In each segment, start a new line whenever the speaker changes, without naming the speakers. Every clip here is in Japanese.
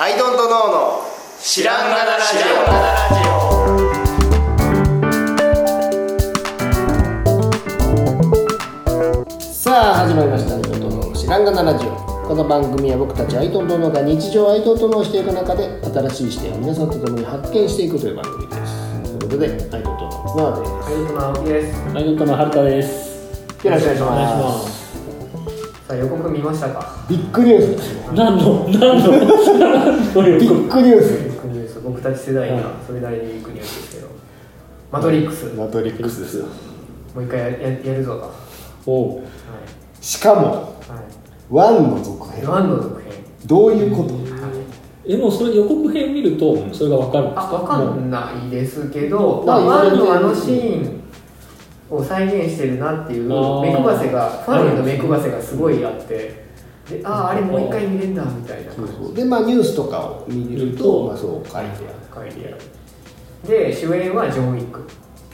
アイドントノーの知らんがなラジオさあ始まりましたアイドントノーの知らんがなラジオこの番組は僕たちアイドントノーが日常アイドントノーしていく中で新しい視点を皆さんと共に発見していくという番組ですということでアイドントノーので
はい、この青木です。
アイドントのはるかです。
すよろしくお願いします
す。
さあ、予告見ましたか。
ビッグニュースですよ
何の何の何の
ビ
予
ッグニュース
ビッグニュース、僕たち世代がそれなりにビッグニュースですけど。マトリックス、も
マトリックスですよ
う一回やややるぞと。は
告。おう。
い。
しかも
はい。
ワンの続編
ワンの続編。
どういうこと
えもうそれ予告編見るとそれがわかるんです
あ、
か。
わかんないですけど、
ま
ま
あ
あ、ワン
いろい
の
ろ
あのシーン。を再現してるなっていう
あー
目配せが、ファンへの目配せがすごいあって。で、ああ、あれもう一回見れんだみたいな
そ
感
う
じ。
そうでまあニュースとかを見る
見る
と、
と
まあ、そう書いてある
書いてある。で、主演はジョンウィック。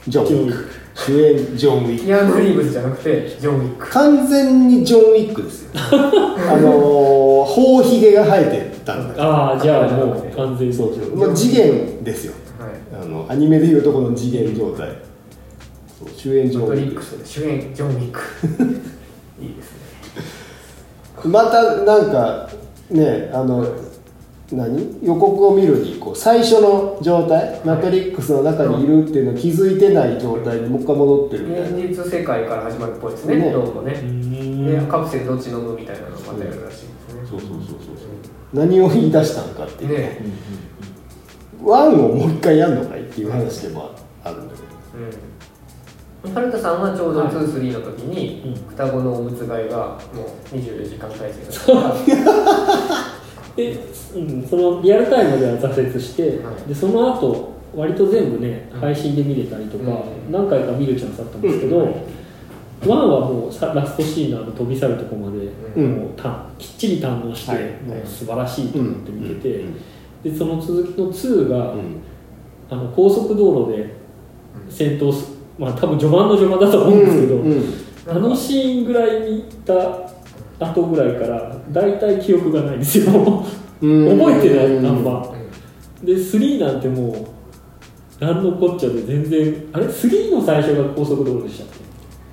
ジョンウィック主演ジョンウィック
キアヌ・リーブスじゃなくて、ジョンウィック。
完全にジョンウィック ですよあのー頬ひげが生えてたんだ
ああじゃあもう完全に
そうそうもう次元ですよ
はい。
あのアニメでいうとこの次元状態そう主演ジョ
マ
ンウ
トリ
ィ
ッ
ッ
クス主演ジョン・ウィッ クいいですね
クまたなんかねあの何予告を見るにこう最初の状態マトリックスの中にいるっていうの気づいてない状態にもう一回戻ってるみたいな
現実世界から始まるっぽいですね
ね
どうも
う
ね
ー
で
ん。
カプセルどっち飲むみたいなのまたやるらしいです
そう
ね
そうそうそう何を言い出したのかっていう
ね
ワンをもう一回やるのかいっていう話でもあるんだけ
う
ど
んはるかさんはちょうど
はい
23の時に、
うん
双子のおむつ替えがもう24時間体制だったから
えうんそのリアルタイムでは挫折して、
はい
でその後割と全部ね
うん
配信で見れたりとか、
うん
何回か見るチャンスあったんですけど、ワンはもうさラストシーンのあの飛び去るとこまで、
うん
もうたきっちり堪能して、
はい
もう素晴らしいと思って見てて、
うん
でその続きの2が、
うん
あの高速道路で戦闘す、まあ多分序盤の序盤だと思うんですけど、
うんうん
あのシーンぐらいに行った後ぐらいから大体記憶がないんですよ覚
うん
えてない
うん
ナンバーで3なんてもう何のこっちゃで全然あれ3の最初が高速道路でしたっ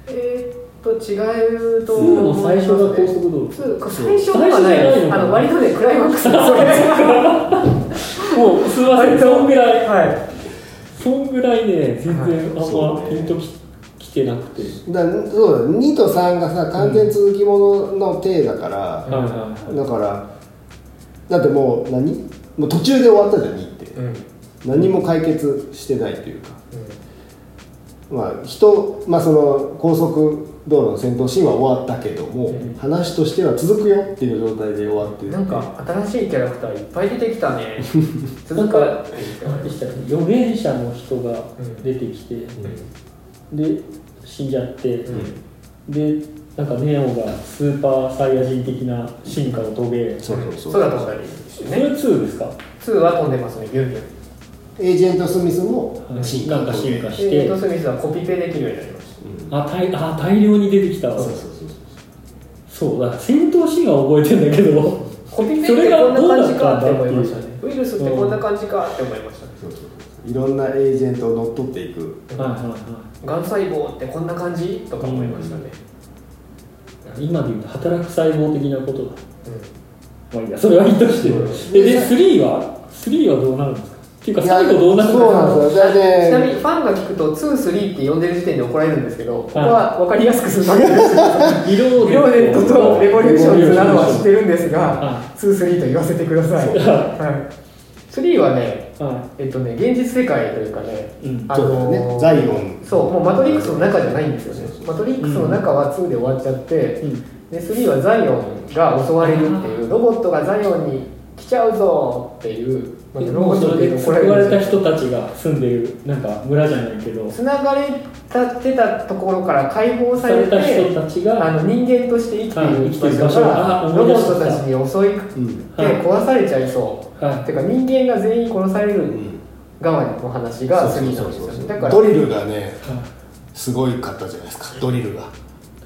えーっと違う
け
と
2
思
の最初が高
いますね
速道路
ツーこ最初のはないで
最初じゃない
す
の
あの割とねクライマックスがそれは
もうすいませんそんぐらい
い
そんぐらいね全
はい
然あん
そう
ま
ね
ピンとき,、てなくて
だそうだ2と3がさ完全続きものの体だから、
はいはい
だからだってもう何もう途中で終わったじゃん2って
うん
何も解決してないというかまあ人、まあ、その高速道路の戦闘シーンは終わったけども、
うん
話としては続くよっていう状態で終わってる
なんか新しいキャラクターいっぱい出てきたね
な
続
ん
く
か
わ
何でしたっけ預言者の人が出てきて、で死んじゃって、でなんかネオがスーパーサイヤ人的な進化を遂げ
そ
そ
うそうそう
そうだったりして
れ
ね
2ですか
2は飛んでますねビュンビュン
エージェント・スミスも進化
なんか進化し
でエイ
て
ト・スミスはコピペできるようになりました
あ大あ大量に出てきた
そうそうそうそう
そうだ戦闘シーンは覚えてんだけど
コピペっ
そ
て
れが
こんな
どうだ
感
っ
じ
た
か
ん
っ
だ
て
って
思い
い
ました
う
ねウイルスってこんな感じかって思いましたね
そうそうそういろんなエージェントを乗っ取っていく
はいはいは
がん細胞ってこんな感じとか思いましたね
い今で言うと働く細胞的なことだ
う
まあいいやそれはいいとして
うん
でで3は3はどうなるんですかっていうか
いや
最後どうなるんです
そうなん
か
ですよだ
んちなみ
ね
にファンが聞くと2,3って呼んでる時点で怒られるんですけどここは分かりやすくするために
リローデ
リオネットとレボリューションズなのは知ってるんですが
は、
2、3と言わせてください。はい、3はね、
は
えっとね、現実世界というかね、
い、うん、
あ
そうだ
の
よ
ー
ねザイオン
そう、もうマトリックスの中じゃないんですよね。マトリックスの中は2で終わっちゃって、
うん
で3はザイオンが襲われるっていう、ロボットがザイオンに来ちゃうぞっていう、まあ
で
ロ
も
ボ
う
ット
そ
って
れで
怒
救
られ
わ
る
れ
んで
た
すよ。
人たちが住んでるなんか村じゃないけど
つながれたってたところから解放さ
され
れ
た
て
人、たち
あ
が
の人間として生きている
はい生きてる
場
場
所
所
が
あ
ロ
思い
ボ
出し
ッ
た
トたちに襲いか
うん
け
はい
壊されちゃいそう、
はい
てか人間が全員殺される側の話が
そ
ス
う
リ
そう
ーな
そ
んです
う
よ
そう
ねだから
ドリルがね
は
すごいかったじゃないですかドリルが
い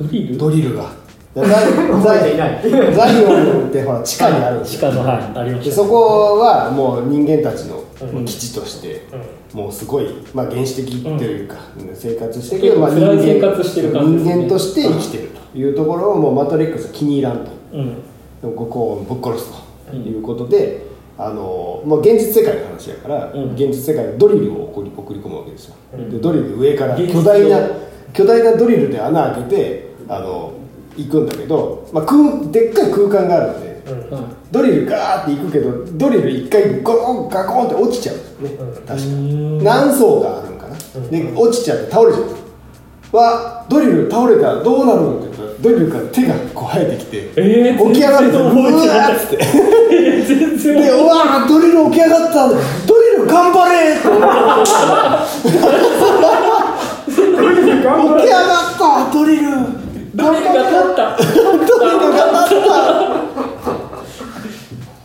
ドリル
ドリルがザイ
覚えていない
ザイザイオンってほら地下にあるんです
地
よ
下のはいありま
で
し
そ
た
こはもう人間たちの
うん
基地として、
う
もうすごい、まあ、原始的というか、生活してる
結構
まあ、
辛い生活してる感じですね
人間として生きてるというところをもうマトリックスは気に入らんと
うん
ここをぶっ殺すということで、あのもう現実世界の話やから、
うん
現実世界にドリルを送り送り込むわけですよ、
うん
でドリル上から
現実
巨大な巨大なドリルで穴開けてあの行くんだけど、まあ、空でっかい空間があるんで、
うん
はい
ドリルガーっていくけどドリル一回ゴロンガコンって落ちちゃうんですよね、
うん
確か
うん
何層があるのかな、
ん
で落ちちゃって倒れちゃうわドリル倒れたらどうなるのって言ったらドリルから手がこう生えてきて、
えー
起き上がるんですよう
全然覚えて
わーっつ
ない
って
全然
でうわードリル起き上がったドリル頑張れ起き上がったドリル
ドリルが立った
ドリルが立った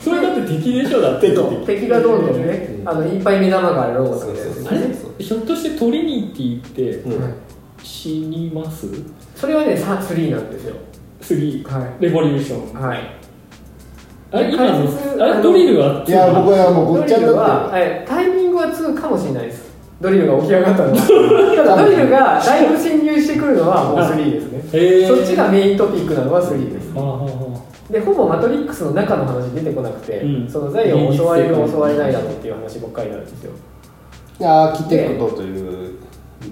それだって敵でしょだって
敵
敵がどんどんね、あのいっぱい目玉があるロボットで
そう
あれひょっとしてトリニティって
うん
死にます
それはねサ3なんですよ
次
は
レボリューション
はい
あれ今
解説
のあれドリルはあっ
い
ち
や僕はもうご
ド
っ
リ
ちゃに
ル
な
は
ってる
はいタイミングは2かもしれないですドリルが起き上がった のはただドリルがだいぶ侵入してくるのはもう3ですね
へー
そっちがメイントピックなのは3です
あああ
でほぼマトリックスの中の話出てこなくて、
うん
そのザイオンを襲われる
現実世界
襲われないだろうっていう話ばっかりなんですよ
でアーキテクトという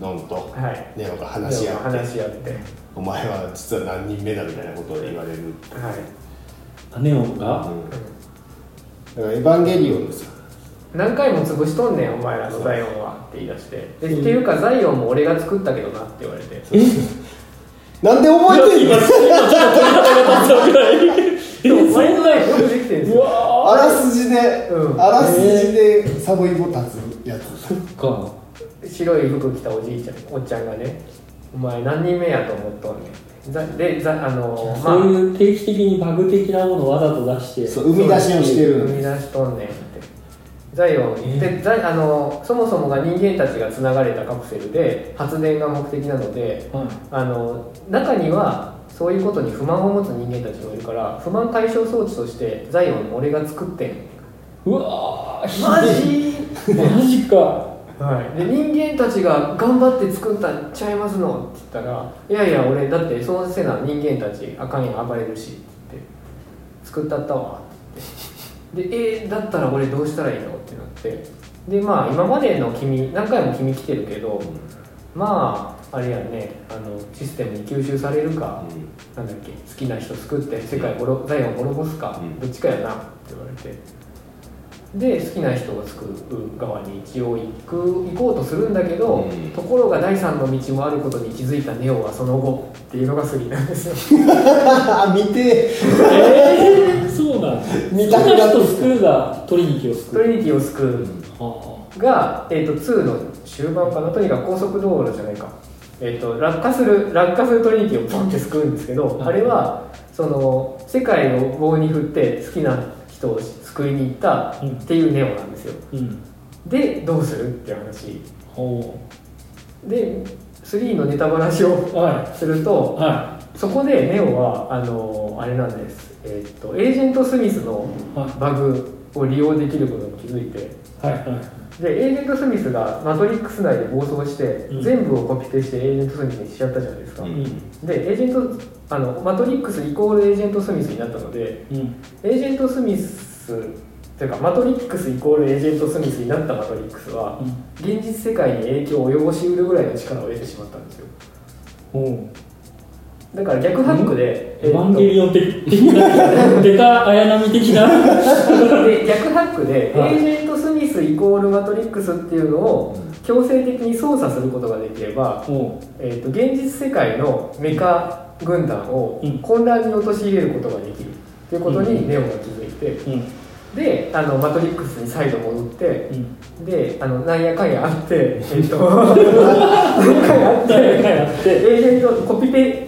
のと
はい
ネオが話し合って
話し合ってはい
お前は実は何人目だみたいなことを言われる、うん、だ
あネオンが
からエヴァンゲリオンですよ
何回も潰しとんねんお前らのザイオンはって言い出してで、っていうかザイオンも俺が作ったけどなって言われて
え
なんで覚えてんの
今今ちょっと鳥肌が立ったぐらいえ
で も
そん
毎
な
回よくできてるんです
う
よ
あ
わ
らすじで、
うん
あらすじでサボイボ立つやつ
ーか
白い服着たおじいちゃんおっちゃんがね「お前何人目やと思っとんねん」ざでざあのーまあ
そういう定期的にバグ的なものをわざと出して
そう生み出しをしてる
生み出しとんねんってザイオン、でザイあのーそもそもが人間たちがつながれたカプセルで発電が目的なので
はい
あのー中にはそういうことに不満を持つ人間たちもいるから不満解消装置としてザイオン俺が作ってん
うわー
マ
ひ
ジ
でえマジか
はい、で人間たちが頑張って作ったんちゃいますのって言ったら「いやいや俺だってそのせな人間たちあかんやん暴れるし」って作ったったわってで「えーだったら俺どうしたらいいの?」ってなってでまあ今までの君何回も君来てるけどまああれやねあのシステムに吸収されるか、なんだっけ好きな人救って世界を滅財を滅ぼすか、
うん
どっちかやなって言われてで好きな人を救う側に一応行く行こうとするんだけど、
うん
ところが第三の道もあることに気づいたネオはその後っていうのが3なんですよ
あ 見て
えー、そうなんだ
見たくなった
好き人救うがトリニティを救
ト
う
リニティを救う
は
が、えー、と2の終盤かなとにかく高速道路じゃないか、えー、と落下する落下するトリニティをポンって救うんですけど、
うん
あれはその世界を棒に振って好きな人を救いに行ったっていうネオなんですよ
あうん
でどうするっていう話
ほ
で3のネタバラシを
うは
する
い
と
は
そこでネオはあのあれなんです、えー、とエージェント・スミスの
いはい
バグを利用できることに気づいて
はいはい
でエージェント・スミスがマトリックス内で暴走して、
うん
全部をコピペしてエージェント・スミスにしちゃったじゃないですか、
うん
うん
でエージェントあのマトリックスイコールエージェント・スミスになったので
うん
エージェント・スミスというかマトリックスイコールエージェント・スミスになったマトリックスは
うん
現実世界に影響を及ぼしうるぐらいの力を得てしまったんですよ
ほ
だから逆ハックで
う
えっ
エヴ
と
ァンゲリオン的的な出た綾波的な
で逆ハックでエ
はい
ージェント・スミスイコールマトリックスっていうのを強制的に操作することができれば
ほ
えー、と現実世界のメカ軍団を
うん
混乱に陥れることができるということ
う
に
ん
ネオが気づいて、
ううん
であのマトリックスに再度戻って
う、ん
であのなんやかんやあって、えー、となんやかんやあって
誰かやっ
エ
て
ージェントコピペ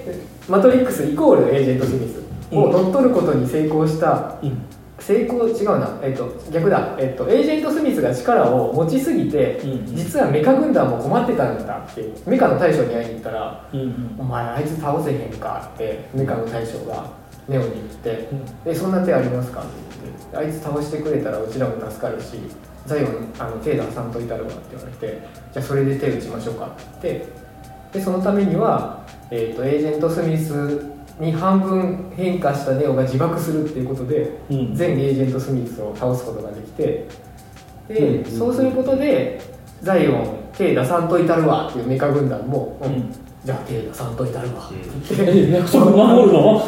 マトリックスイコールエージェント・スミスを乗っ取ることに成功した
うん
成功違うな、えっと逆だ、えっとエージェント・スミスが力を持ちすぎて、
うん
実はメカ軍団も困ってたんだってメカの大将に会いに行ったら
うん
「お前あいつ倒せへんか」ってメカの大将がネオに言って
うん
「えそんな手ありますか?」って言って「あいつ倒してくれたらうちらも助かるしザイオンあの手出さんといたるわ」って言われて「じゃあそれで手打ちましょうか」って言ってでそのためには、えっとエージェント・スミスに半分変化したネオが自爆するっていうことで
うん
全エージェント・スミスを倒すことができてで、
うん
そうすることでザイオン手出さんといたるわっていうメカ軍団も、うん
うん
じゃあ手出さんといたるわって言って
え約束守るの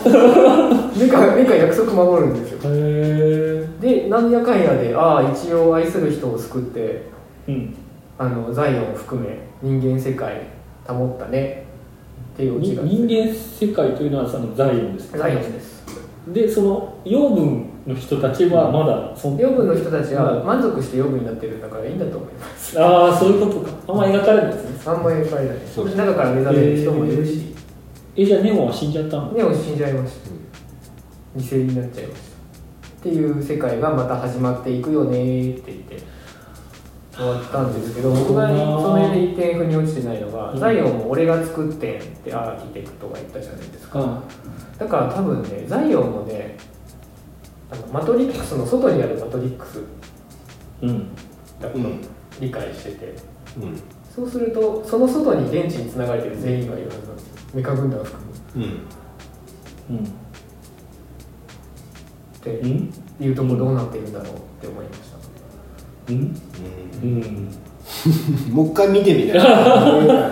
メカメカ約束守るんですよ
へ
でなんやかんやでああ一応愛する人を救って
えうん
あのザイオンを含め人間世界保ったねっていうオチ
に
が
人間世界というのはそのザイオンですか
ザイオンです
でその養分の人たちはまだそん
養分の人たちは
うん
満足して養分になってるんだからいいんだと思います
ああそういうことかあんま描かれないですね
あんまりいっぱいだね
そうです
中から目覚める人もいるし、
えじゃあネオは死んじゃったの
ネオン死んじゃいました犠牲になっちゃいましたっていう世界がまた始まっていくよねーって言って終わったんですけど僕がその絵で一点腑に落ちてないのが、
うん
ザイオンも俺が作ってんってアーキテクトが言ったじゃないですか、
うん
だから多分ねザイオンもねあのマトリックスの外にあるマトリックス
うん
だと
うん
理解してて、
うん
そうするとその外に電池につながれてる全員がいるはずなんですよメカ軍団を含む
うん
うん
って
うん
いうとこどうなってるんだろうって思いました、
うんうん
もう一回見てみたい な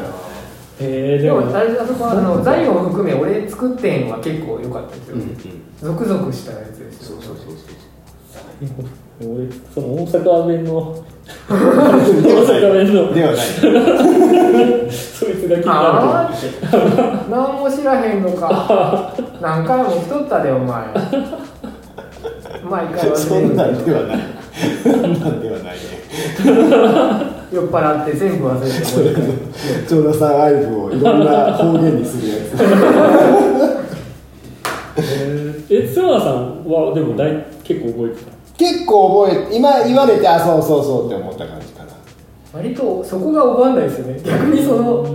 え
で
ー、でも
も最初あそこはあのザイオン含め俺作ってんは結構良かったです
う
よ、
んうん
ゾクゾクしたやつです
そ
よ
うそうそうそう
俺その大阪弁の大
では
阪弁
ないで
の
はない
そいつが気にな
ああ
る
って何も知らへんのか何回も来とったでお前毎回
そん
忘
な
れ
ん
る
で
け
は
ど
ないそんなんではないね
酔っ払って全部忘れてもう一回
長田さんアイブをいろんな方言にするやつ
え津村さんはでも大結構覚えてた
結構覚えて今言われてあそうそうそうって思った感じかな
割とそこが覚わんないですよね逆にその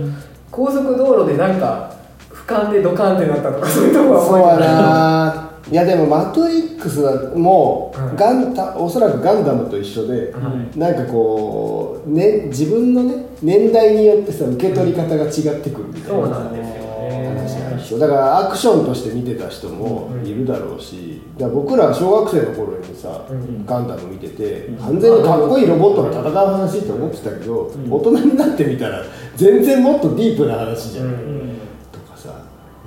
高速道路でなんか俯瞰でドカンってなったとかそういうとこは
そう
覚
や
えてない
ないやでも「マトリックス」も
うん
ガンタおそらくガンダムと一緒で、
はい
なんかこう、ね、自分のね年代によってさ受け取り方が違ってくるみたい
そうな
な
んですよね
話があるでしょだからアクションとして見てた人もいるだろうし、だから僕ら小学生の頃にさ、
うん
ガンダム見てて、
うん
完全にかっこいいロボットが戦う話って思ってたけど、
うん
大人になってみたら全然もっとディープな話じゃない、
うん
とかさ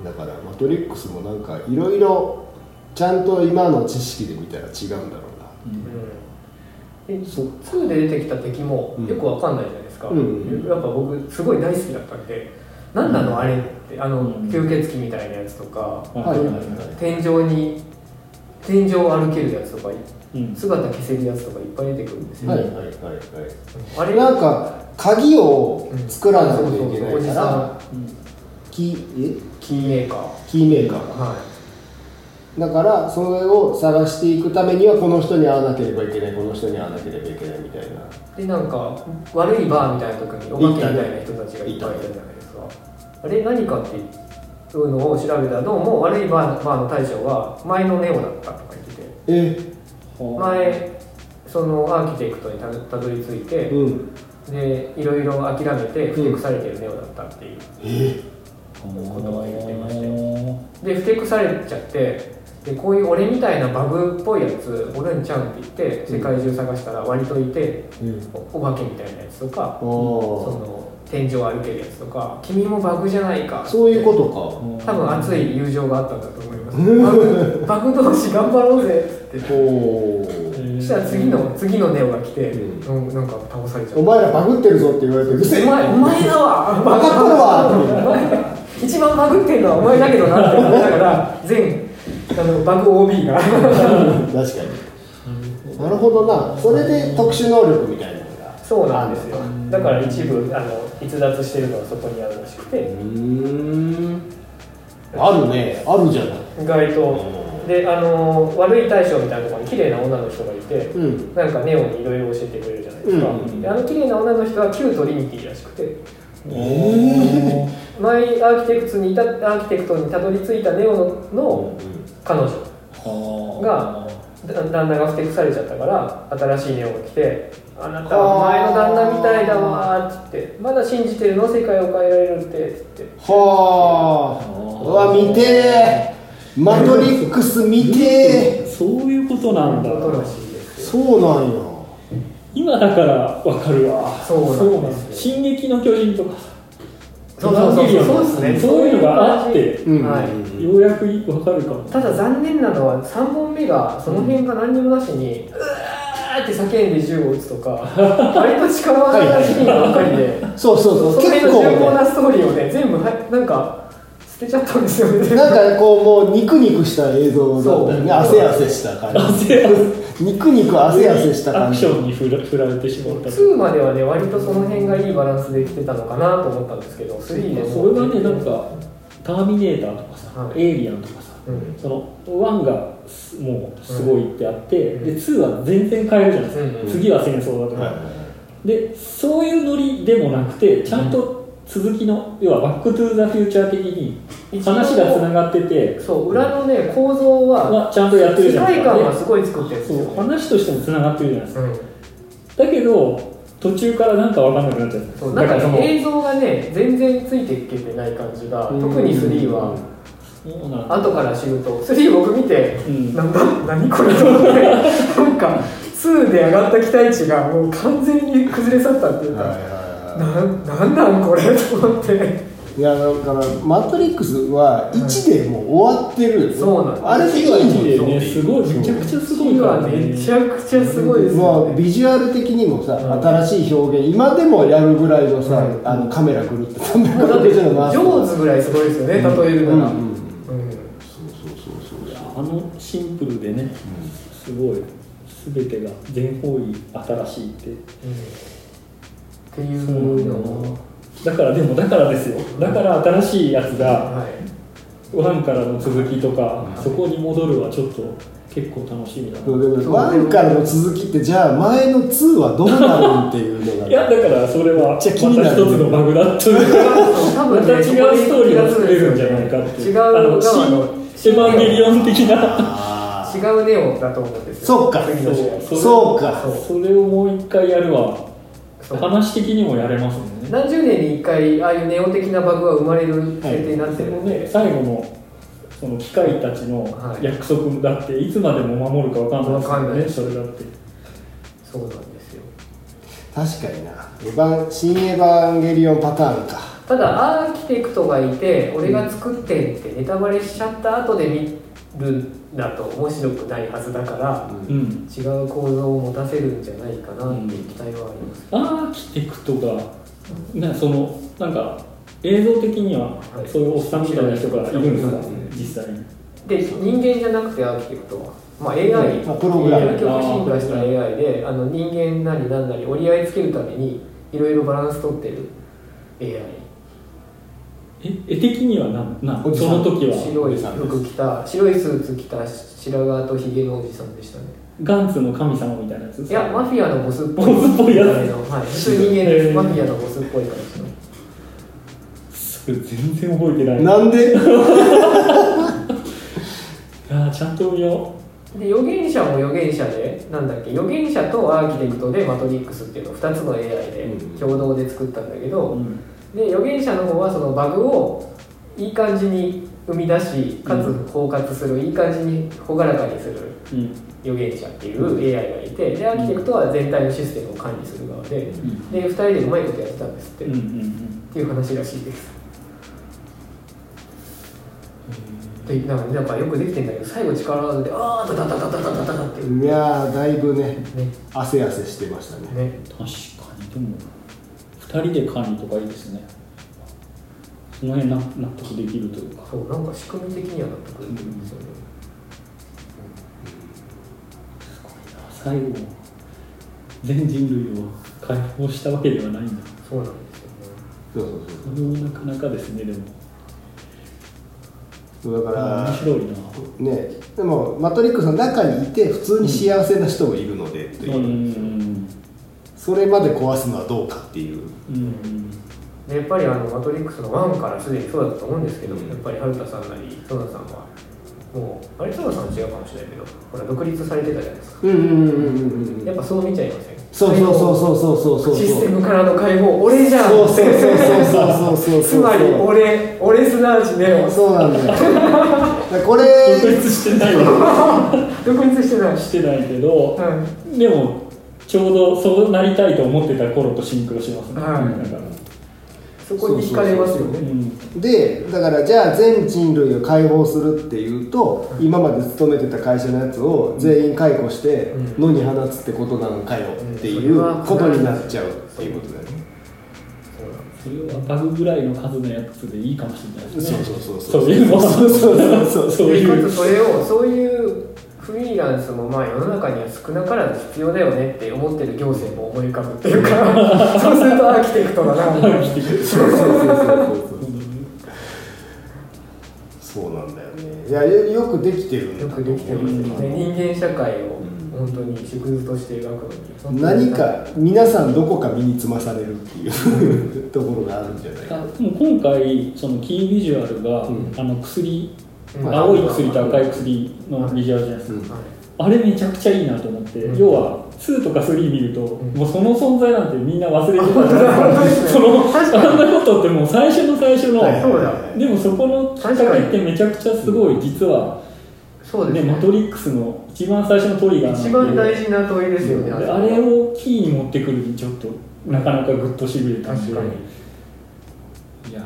だから「マトリックス」もなんかいろいろちゃんと今の知識で見たら違うんだろ
うんでそう2で出てきた敵も
うん
よくわかんないじゃないですか、
うんうん
やっぱ僕すごい大好きだったんで何なのあれってあの、
うん
吸血鬼みたいなやつとか、
うな、はいはいはい
天井に天井を歩けるやつとか
うん
姿消せるやつとかいっぱい出てくるんですよ、
はいはい
うん
はい
あれ
なんか鍵を作らないといけ
お
ない
じ
から、
さ
キーえ
んキーメーカー
キーメーカーが
は
だからそれを探していくためにはこの人に会わなければいけないこの人に会わなければいけないみたいない
でなんか悪いバーみたいなとこにお化けみたいな人たちがいっぱいいるじゃないですかあれ何かっていうのを調べたらどうも悪いバーバーの大将は前のネオだったとか言ってて
え
前そのアーキテクトにたたどり着いて、
うん
でいろいろ諦めてふてくされてるネオだったっていう、ことは言ってましたでふてくされちゃってでこういう俺みたいなバグっぽいやつおるんちゃうんって言って世界中探したら割といて、
うん
おお化けみたいなやつとかそ
あ
の天井を歩けるやつとか君もバグじゃないか
あそういうこと
と
多分熱い友情があったんだと思いますバグバグ同士頑張ろうぜっつっ
か
て
おー
そしたら次の次のネオが来て、
う
うんなんか倒されちゃう
お前らバグってるぞって言われてうるせえ
お前お前だわ
バグっとるわ
お前一番バグってんのはお前だけどなってなったから全あのバグ OB が
確かになるほどなそれで特殊能力みたいなのが
そうなんですよだから一部あの逸脱してるのはそこにあるらしく
う
て
ーんあるねあるじゃない
意外とであの悪い大将みたいなところに綺麗な女の人がいて、
うん
なんかネオにいろいろ教えてくれるじゃないですか、
うんうん
であの綺麗な女の人は旧トリニティらしくて
お
マイアーキテクツにいたアーキテクトにたどり着いたネオのの彼女
ー
がだ旦那がふてくされちゃったから新しいネオが来て「あなたは前の旦那みたいだわ」って言って「まだ信じてるの世界を変えられるって」って
はあうわ見てえマトリックス見てえ
そういうことなんだ
ことらしいです
そうなんや
今だからわかるわ
そうなんですよ
進撃の巨人とか
そうそうそうそうですね
そういうのがあって
そううい
ん
う感じはい
ようやくわかるかも
ただ残念なのは3本目がその辺が何にもなしに、うわーって叫んで銃を撃つとか 割と力技がシーンばっかりで
そうそう
そ
そうう
その
結
辺の
構
重厚
ね
なストーリーをね全部はなんか捨てちゃったんですよね
なんかこうもう肉肉した映像だったよね
そう
汗汗した感じ
汗汗
肉肉汗汗した
ア
感
ク
じ
ションに振ら振られてしまった
2まではね割とその辺がいいバランスできてたのかなと思ったんですけど3で
それがねなんか「ターミネーター」とかさ「
はい
エイリアン」とかさ
うん
その1がすもうすごいってあって、
うん
で2は全然変えるじゃないですか、
うんうん
次は戦争だとか、でそういうノリでもなくてちゃんと続きの、要は「バック・トゥ・ザ・フューチャー」的に
一応
話がつながってて、
そう裏のね構造は
まあ、ちゃんとやってる
世
じゃないで
界
すか、
観
ね
はすごい作ってるんですよ
そう話としてもつながってるじゃないですか、
うん
だけど途中からなんかわかんなくなっちゃう
そうな
だ
ん
か
から
そ
ね
の
映像がね全然ついていけてない感じが特に3は
そうなんだ
後から知ると3僕見て、
うん
なんだ何これと思ってなんか2で上がった期待値がもう完全に崩れ去ったっていうか、
はいはいはい
なんなんなんこれと思って
いやだから「マトリックス」は1でもう終わってるよね
そうなんです
あれでいいん
いい
です
よ
よ
ねすごいめちゃくちゃすごい
3
から
は
ね
めちゃくちゃすごいです
も
よ
う
ね
ビジュアル的にもさ、
うん
新しい表現今でもやるぐらいのさ、
うん
あのカメラぐるって360
もうだってジ
度回す
ョーズぐらいすごいですよね、例える
うんうん
なら、
うん
うん
そうそうそうそう
あのシンプルでね、すごい全てが全方位新しいって
うんってい
そう
う
いう
の
の
も、
だからでもだからですよだから新しいやつが
はい
ワンからの続きとかそこに戻るはちょっと結構楽しみだ
そ
な
うでも1からの続きってじゃあ前の2はどうなるんっていうのが
いやだからそれはまた
ちゃ
一
気になる
つのバグだというか
多
ま
分
た
ね
違うストーリーが作れるんじゃないかってい
違う
うあの
側の
新エヴァンゲリオン的な
あ
違うネオだと思うんですよ
そっか
次の試合
ーそうか
そう
それをもう一回やるは
そう
話的にもやれますもんね
何十年に一回ああいうネオ的なバグが生まれる設定になって
そ
る
の
んで、
ね最後のその機械たちの
はい
約束だっていつまでも守るかわかんないですよねそれだって
そうなんですよ
確かになエヴァン新エヴァンゲリオンパターンか
ただアーキテクトがいて俺が作ってんってネタバレしちゃった後で見るんだと面白くないはずだから、
うん
違う構造を持たせるんじゃないかなっていう期待はあります、
アーキテクトがなそのなんか映像的に
は
は
い
そういうおっさんみたいな人がいるんですか、
うん
実際に
で人間じゃなくてアーキテクトはまあ AI、
まあプログラム
究極進化した AI であの人間なりなんなり折り合いつけるためにいろいろバランス取ってる AI
え絵的にはなんなんそ
おじさん
の時は
白い服着た白いスーツ着た白髪とひげのおじさんでしたね
ガンツの神様みたいなやつ
いやマフィアのボスっぽい
ボスっぽいやつ
はい普通人間
へ
で
ー
マフィアのボスっぽい感じの
それ全然覚えてない
なんで
いやーちゃんと見よ
で予言者も予言者でなんだっけ予言者とアーキテクトでマトリックスっていうの2つの AI で
うん
共同で作ったんだけど、
う、うん
で予言者の方はそのバグをいい感じに生み出しかつ包括する、いい感じに朗らかにする
うん
予言者っていう AI がいてでアーキテクトは全体のシステムを管理する側で、
ん
で2人でうまいことやってたんですって、
うんう
っ
ん
ていう話らしいです。でなんかなんかよくできてんだけど最後力技でああダダダダダダダダダってね
いやーだいぶね汗汗してましたね
ね
確かにでも2人で管理とかいいですねその辺な納得できるというか
そうなんか仕組み的にはなってくるんですよね、
最後全人類を解放したわけではないんだ
そうなんですよね
そうそうそう
それもなかなかですねでも
だから
面白い
ね
な
でもマトリックスの中にいて普通に幸せな人もいるので、といううんそれまで壊すのはどうかっていう
うん
でやっぱりあの「マトリックス」の1からすでにそうだったと思うんですけど、
うん
やっぱり春田さんなり園田さんはもうあれ園田さんは違うかもしれないけどほら独立されてたじゃないですか
うんうんうんうんうん
やっぱそう見ちゃいません
そうそうそうそうそうそうそうそう
システムからの解放俺じゃん
そうそうそうそうそうそう
つまり俺俺すなわちネオ
そうなんだ よだからこれ
独立してないよ
独立してないし、
してないけど
は
でもちょうどそうなりたいと思ってた頃とシンクロしますね、
はい
だから
い、そこに惹かれますよ
う
ね
ん
でだからじゃあ全人類を解放するっていうと今まで勤めてた会社のやつを全員解雇して
う
野に放つってことなのかよってい
うん
う
それは
ことになっちゃうっていうことだよね
そうなんで
それはバグぐらいの数のやつでいいかもしれないです
そ
ね
うそうそう
そういうの
そうそうそうそう
そう
す
いう
かつそれをそういうフリーランスもまあ世の中には少なからず必要だよねって思ってる行政も思い浮かぶっていう かそうするとアーキテクトだなみたいな
そうそうそうそうそうそうなんだよねいやよよくできてるんだ
よくできてますよね人間社会を本当に縮図として描くのに
何か皆さんどこか身につまされるっていう ところがあるんじゃないか
あでも今回そのキービジュアルが、
うん
あの薬、
うん
青い薬と赤い薬のビジュアルじゃないですか、
うん
はい
あれめちゃくちゃいいなと思って、
うん
要は2とか3見ると、
ん
もうその存在なんてみんな忘れてたじゃないですかそのあんなことってもう最初の最初の、
はいはい
そうだ
はい
でもそこのきっかけってめちゃくちゃすごい実は、
そうで
ね
すね
マトリックスの一番最初のトリガーなんて
一番大事な問いですよね
であれをキーに持ってくるにちょっとなかなかグッとしびれたんで
確か
いや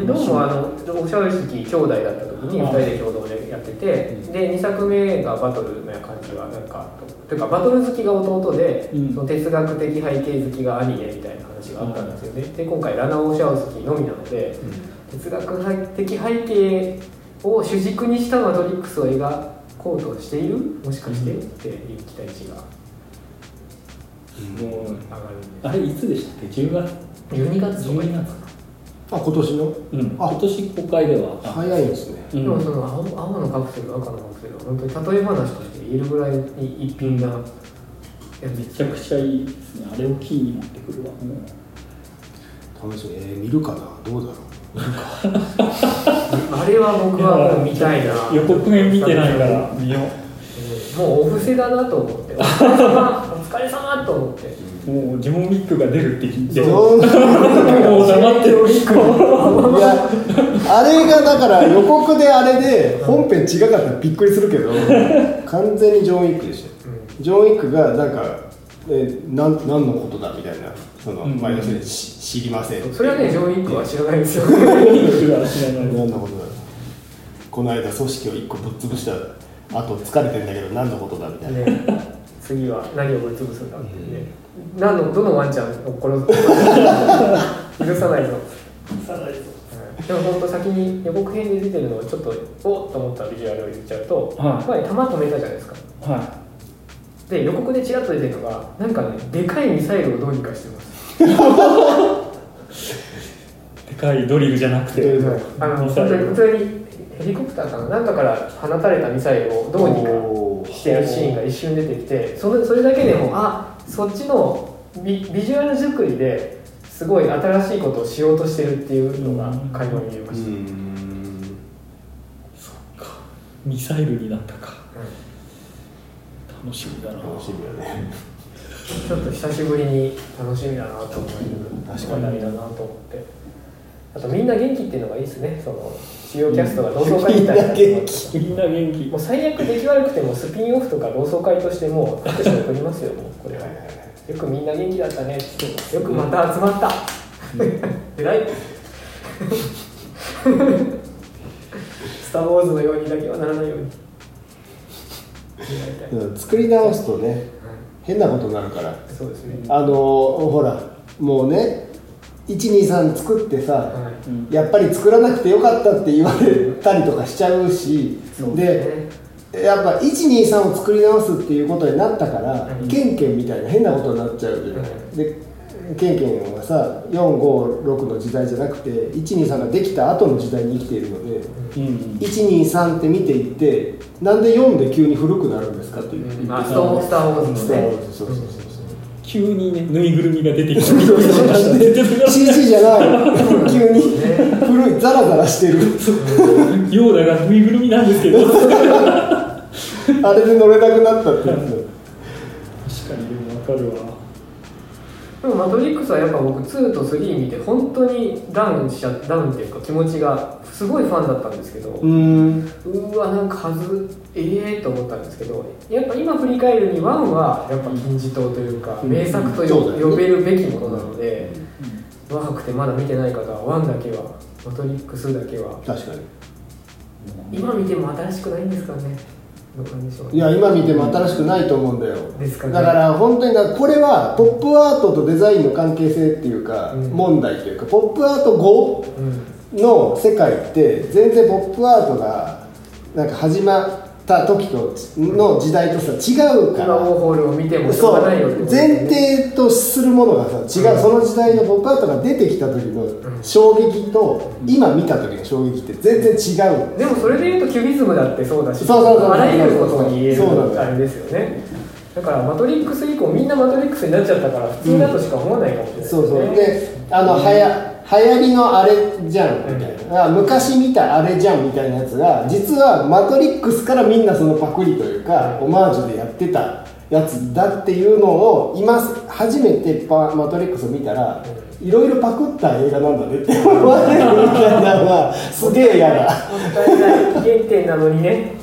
でどうもあのおしゃべり兄弟だった時に
うん
2人で共同でやってて、で2作目がバトルな感じがなんかというかバトル好きが弟で、
うん
その哲学的背景好きが兄でみたいな話があったんですよね、で今回ラナ・オシャウスキーのみなので、哲学的背景を主軸にしたマトリックスを描こうとしているもしかして、っていう期待値が
もう
上がるんで
あれいつでしたっけ10月
12月とか
12月
あ今年の
うん
あ
今年公開ではあ
早いですね
う
でもそ
ん
の青青のカプセル赤のカプセルは本当に例え話として言えるぐらいに一品なやつ
めちゃくちゃいいですねあれをキーに持ってくるわもう
楽しみえー見るかなどうだろう
あれは僕はもう見たいな
予告編見てないから見よ
もうお布施だなと思ってお疲れ様お疲れ様と思って
うもうジモン・ミックが出るって聞いても
どう
う黙って る
いやあれがだから予告であれで本編違かったらびっくりするけど完全にジョン・ウィックでしたよジョン・ウィックがなんか、えー、なん何のことだみたいなその、
うん
まあ、要するにし知りません
それはねジョン・ウィックは知らないです よ
ミックが知らない
何のことだこの間組織を一個ぶっ潰したあと疲れてんだけど何のことだみたいな、
ね次は何をぶり潰すんだっていうね何のどのワンちゃんを殺す許さないぞうんでも本当先に予告編で出てるのをちょっとおっと思ったビジュアルを言っちゃうと、
はい
前弾止めたじゃないですか
は
で予告でちらっと出てるのがなんかねでかいミサイルをどうにかしてます
いでかいドリルじゃなくて
あの
ミ
本
サイ
当
ル
に普通にヘリコプターかななんかから放たれたミサイルをどうにか
おー
してるシーンが一瞬出てきてそのそれだけでもあそっちのビビジュアル作りですごい新しいことをしようとしてるっていうのが垣間見えま
う
した、
ーん
ミサイルになったか
うん
楽しみだな
楽しみだね
ちょっと久しぶりに楽しみだなと思える
確
かに
話題だなと思ってあとみんな元気っていうのがいいですねその主要キャストが同窓会みたいな
みんな元
みんな元気
もう最悪出来悪くてもスピンオフとか同窓会としてもう拍手送りますよもうこれはよくみんな元気だったねよくまた集まった、偉いスター・ウォーズのようにだけはならないように
だから作り直すとね変なことになるから
そうですね
あのーほらもうね123作ってさ、
はい
うん
やっぱり作らなくてよかったって言われたりとかしちゃうし
そう
でやっぱ123を作り直すっていうことになったから、
うん
ケンケンみたいな変なことになっちゃうじゃない、
うん
でケンケンはさ456の時代じゃなくて123ができた後の時代に生きているので
うん
123って見ていってなんで4で急に古くなるんですかっていう、
うんまあ、ストーンスター・ウォーズの
スター・
ね
ウォーズそうそうそうそう
急にねぬいぐるみが出てきた
CG じゃない急に古いザラザラしてる
ヨーダがぬいぐるみなんですけど確か
あれで乗れなくなったってやつ
にでもわかるわ
でも「マトリックス」はやっぱ僕2と3見て本当にダウンしちゃダウンっていうか気持ちがすごいファンだったんですけど、
うーん
うわなんかはずええと思ったんですけどやっぱ今振り返るに1はやっぱ金字塔というか、
うん
名作と
そうだよね
呼べるべきものなので、若くてまだ見てない方は1だけは「マトリックス」だけは
確かに
今見ても新しくないんですかねどうなんでしょう
いや今見ても新しくないと思うんだよ
ですかね
だから本当にだこれはポップアートとデザインの関係性っていうか、
うん
問題というかポップアート後
うん
の世界って全然ポップアートがなんか始まった時との時代とさ違うか
今ウォー
ら。
ホールを見てもしょ
そう
がないよって
う
ことですね
前提とするものがさ違う、
うん
その時代のポップアートが出てきた時
ん
の衝撃と、今見た時の衝撃って全然違うんだよ
でもそれで言うとキュビズムだってそうだし
そうそうそうそう
あらゆることに言え
そうなん
る
だ
あれですよねだから「マトリックス」以降みんな「マトリックス」になっちゃったから普通だとしか思わないかもしれないです
そ
ね
うそうであの、はや流行りのあれじゃんみたいな、あ昔見たあれじゃんみたいなやつが実は「マトリックス」からみんなそのパクリというか、オマージュでやってたやつだっていうのを今初めてパ「マトリックス」を見たらいろいろパクった映画なんだねって思われるみたいなのはすげえ嫌だ
もったいない原点なのにね、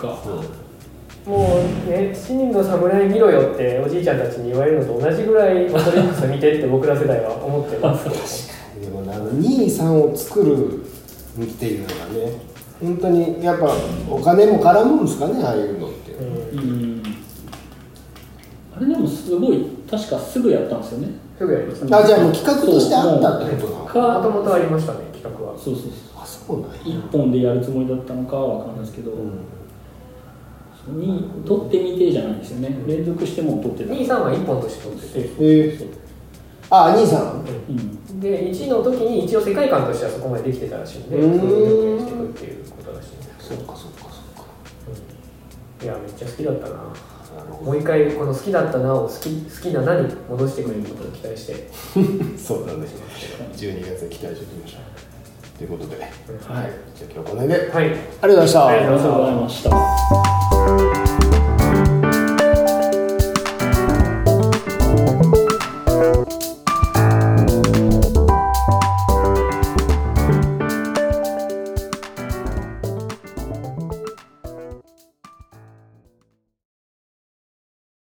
か
うん、もうね「七人の侍見ろよ」っておじいちゃんたちに言われるのと同じぐらい「マトリックス」見てって僕ら世代は思ってます
でもねあの23を作るっていうのがね本当にやっぱお金も絡むんですかねああいうのって。
うん
うんあれでもすごい確かすぐやったんですよね
すぐやりましたね
あじゃあもう企画としてあったってことなの
もと
か
もとありましたね企画は
そうそうそう
あそうなんや
一本でやるつもりだったのかは分かんないですけど、に取ってみてじゃないですよね連続してもう取ってた、
23は1本として撮ってて
えー、あ兄さん
うん、
で1の時に一応世界観としてはそこまでできてたらしいんで
うーん
それを表現していくっていうことらしいんで
そうかそうかそ
いやめっちゃ好きだったな
うかなる
もう一回この好きだったなを好き好きななに戻してくれることを期待して、
どそうだね12月に期待しておきましょうということで、はい、じゃあ今日はこの辺であり
はい
がとうございました
ありがとうございました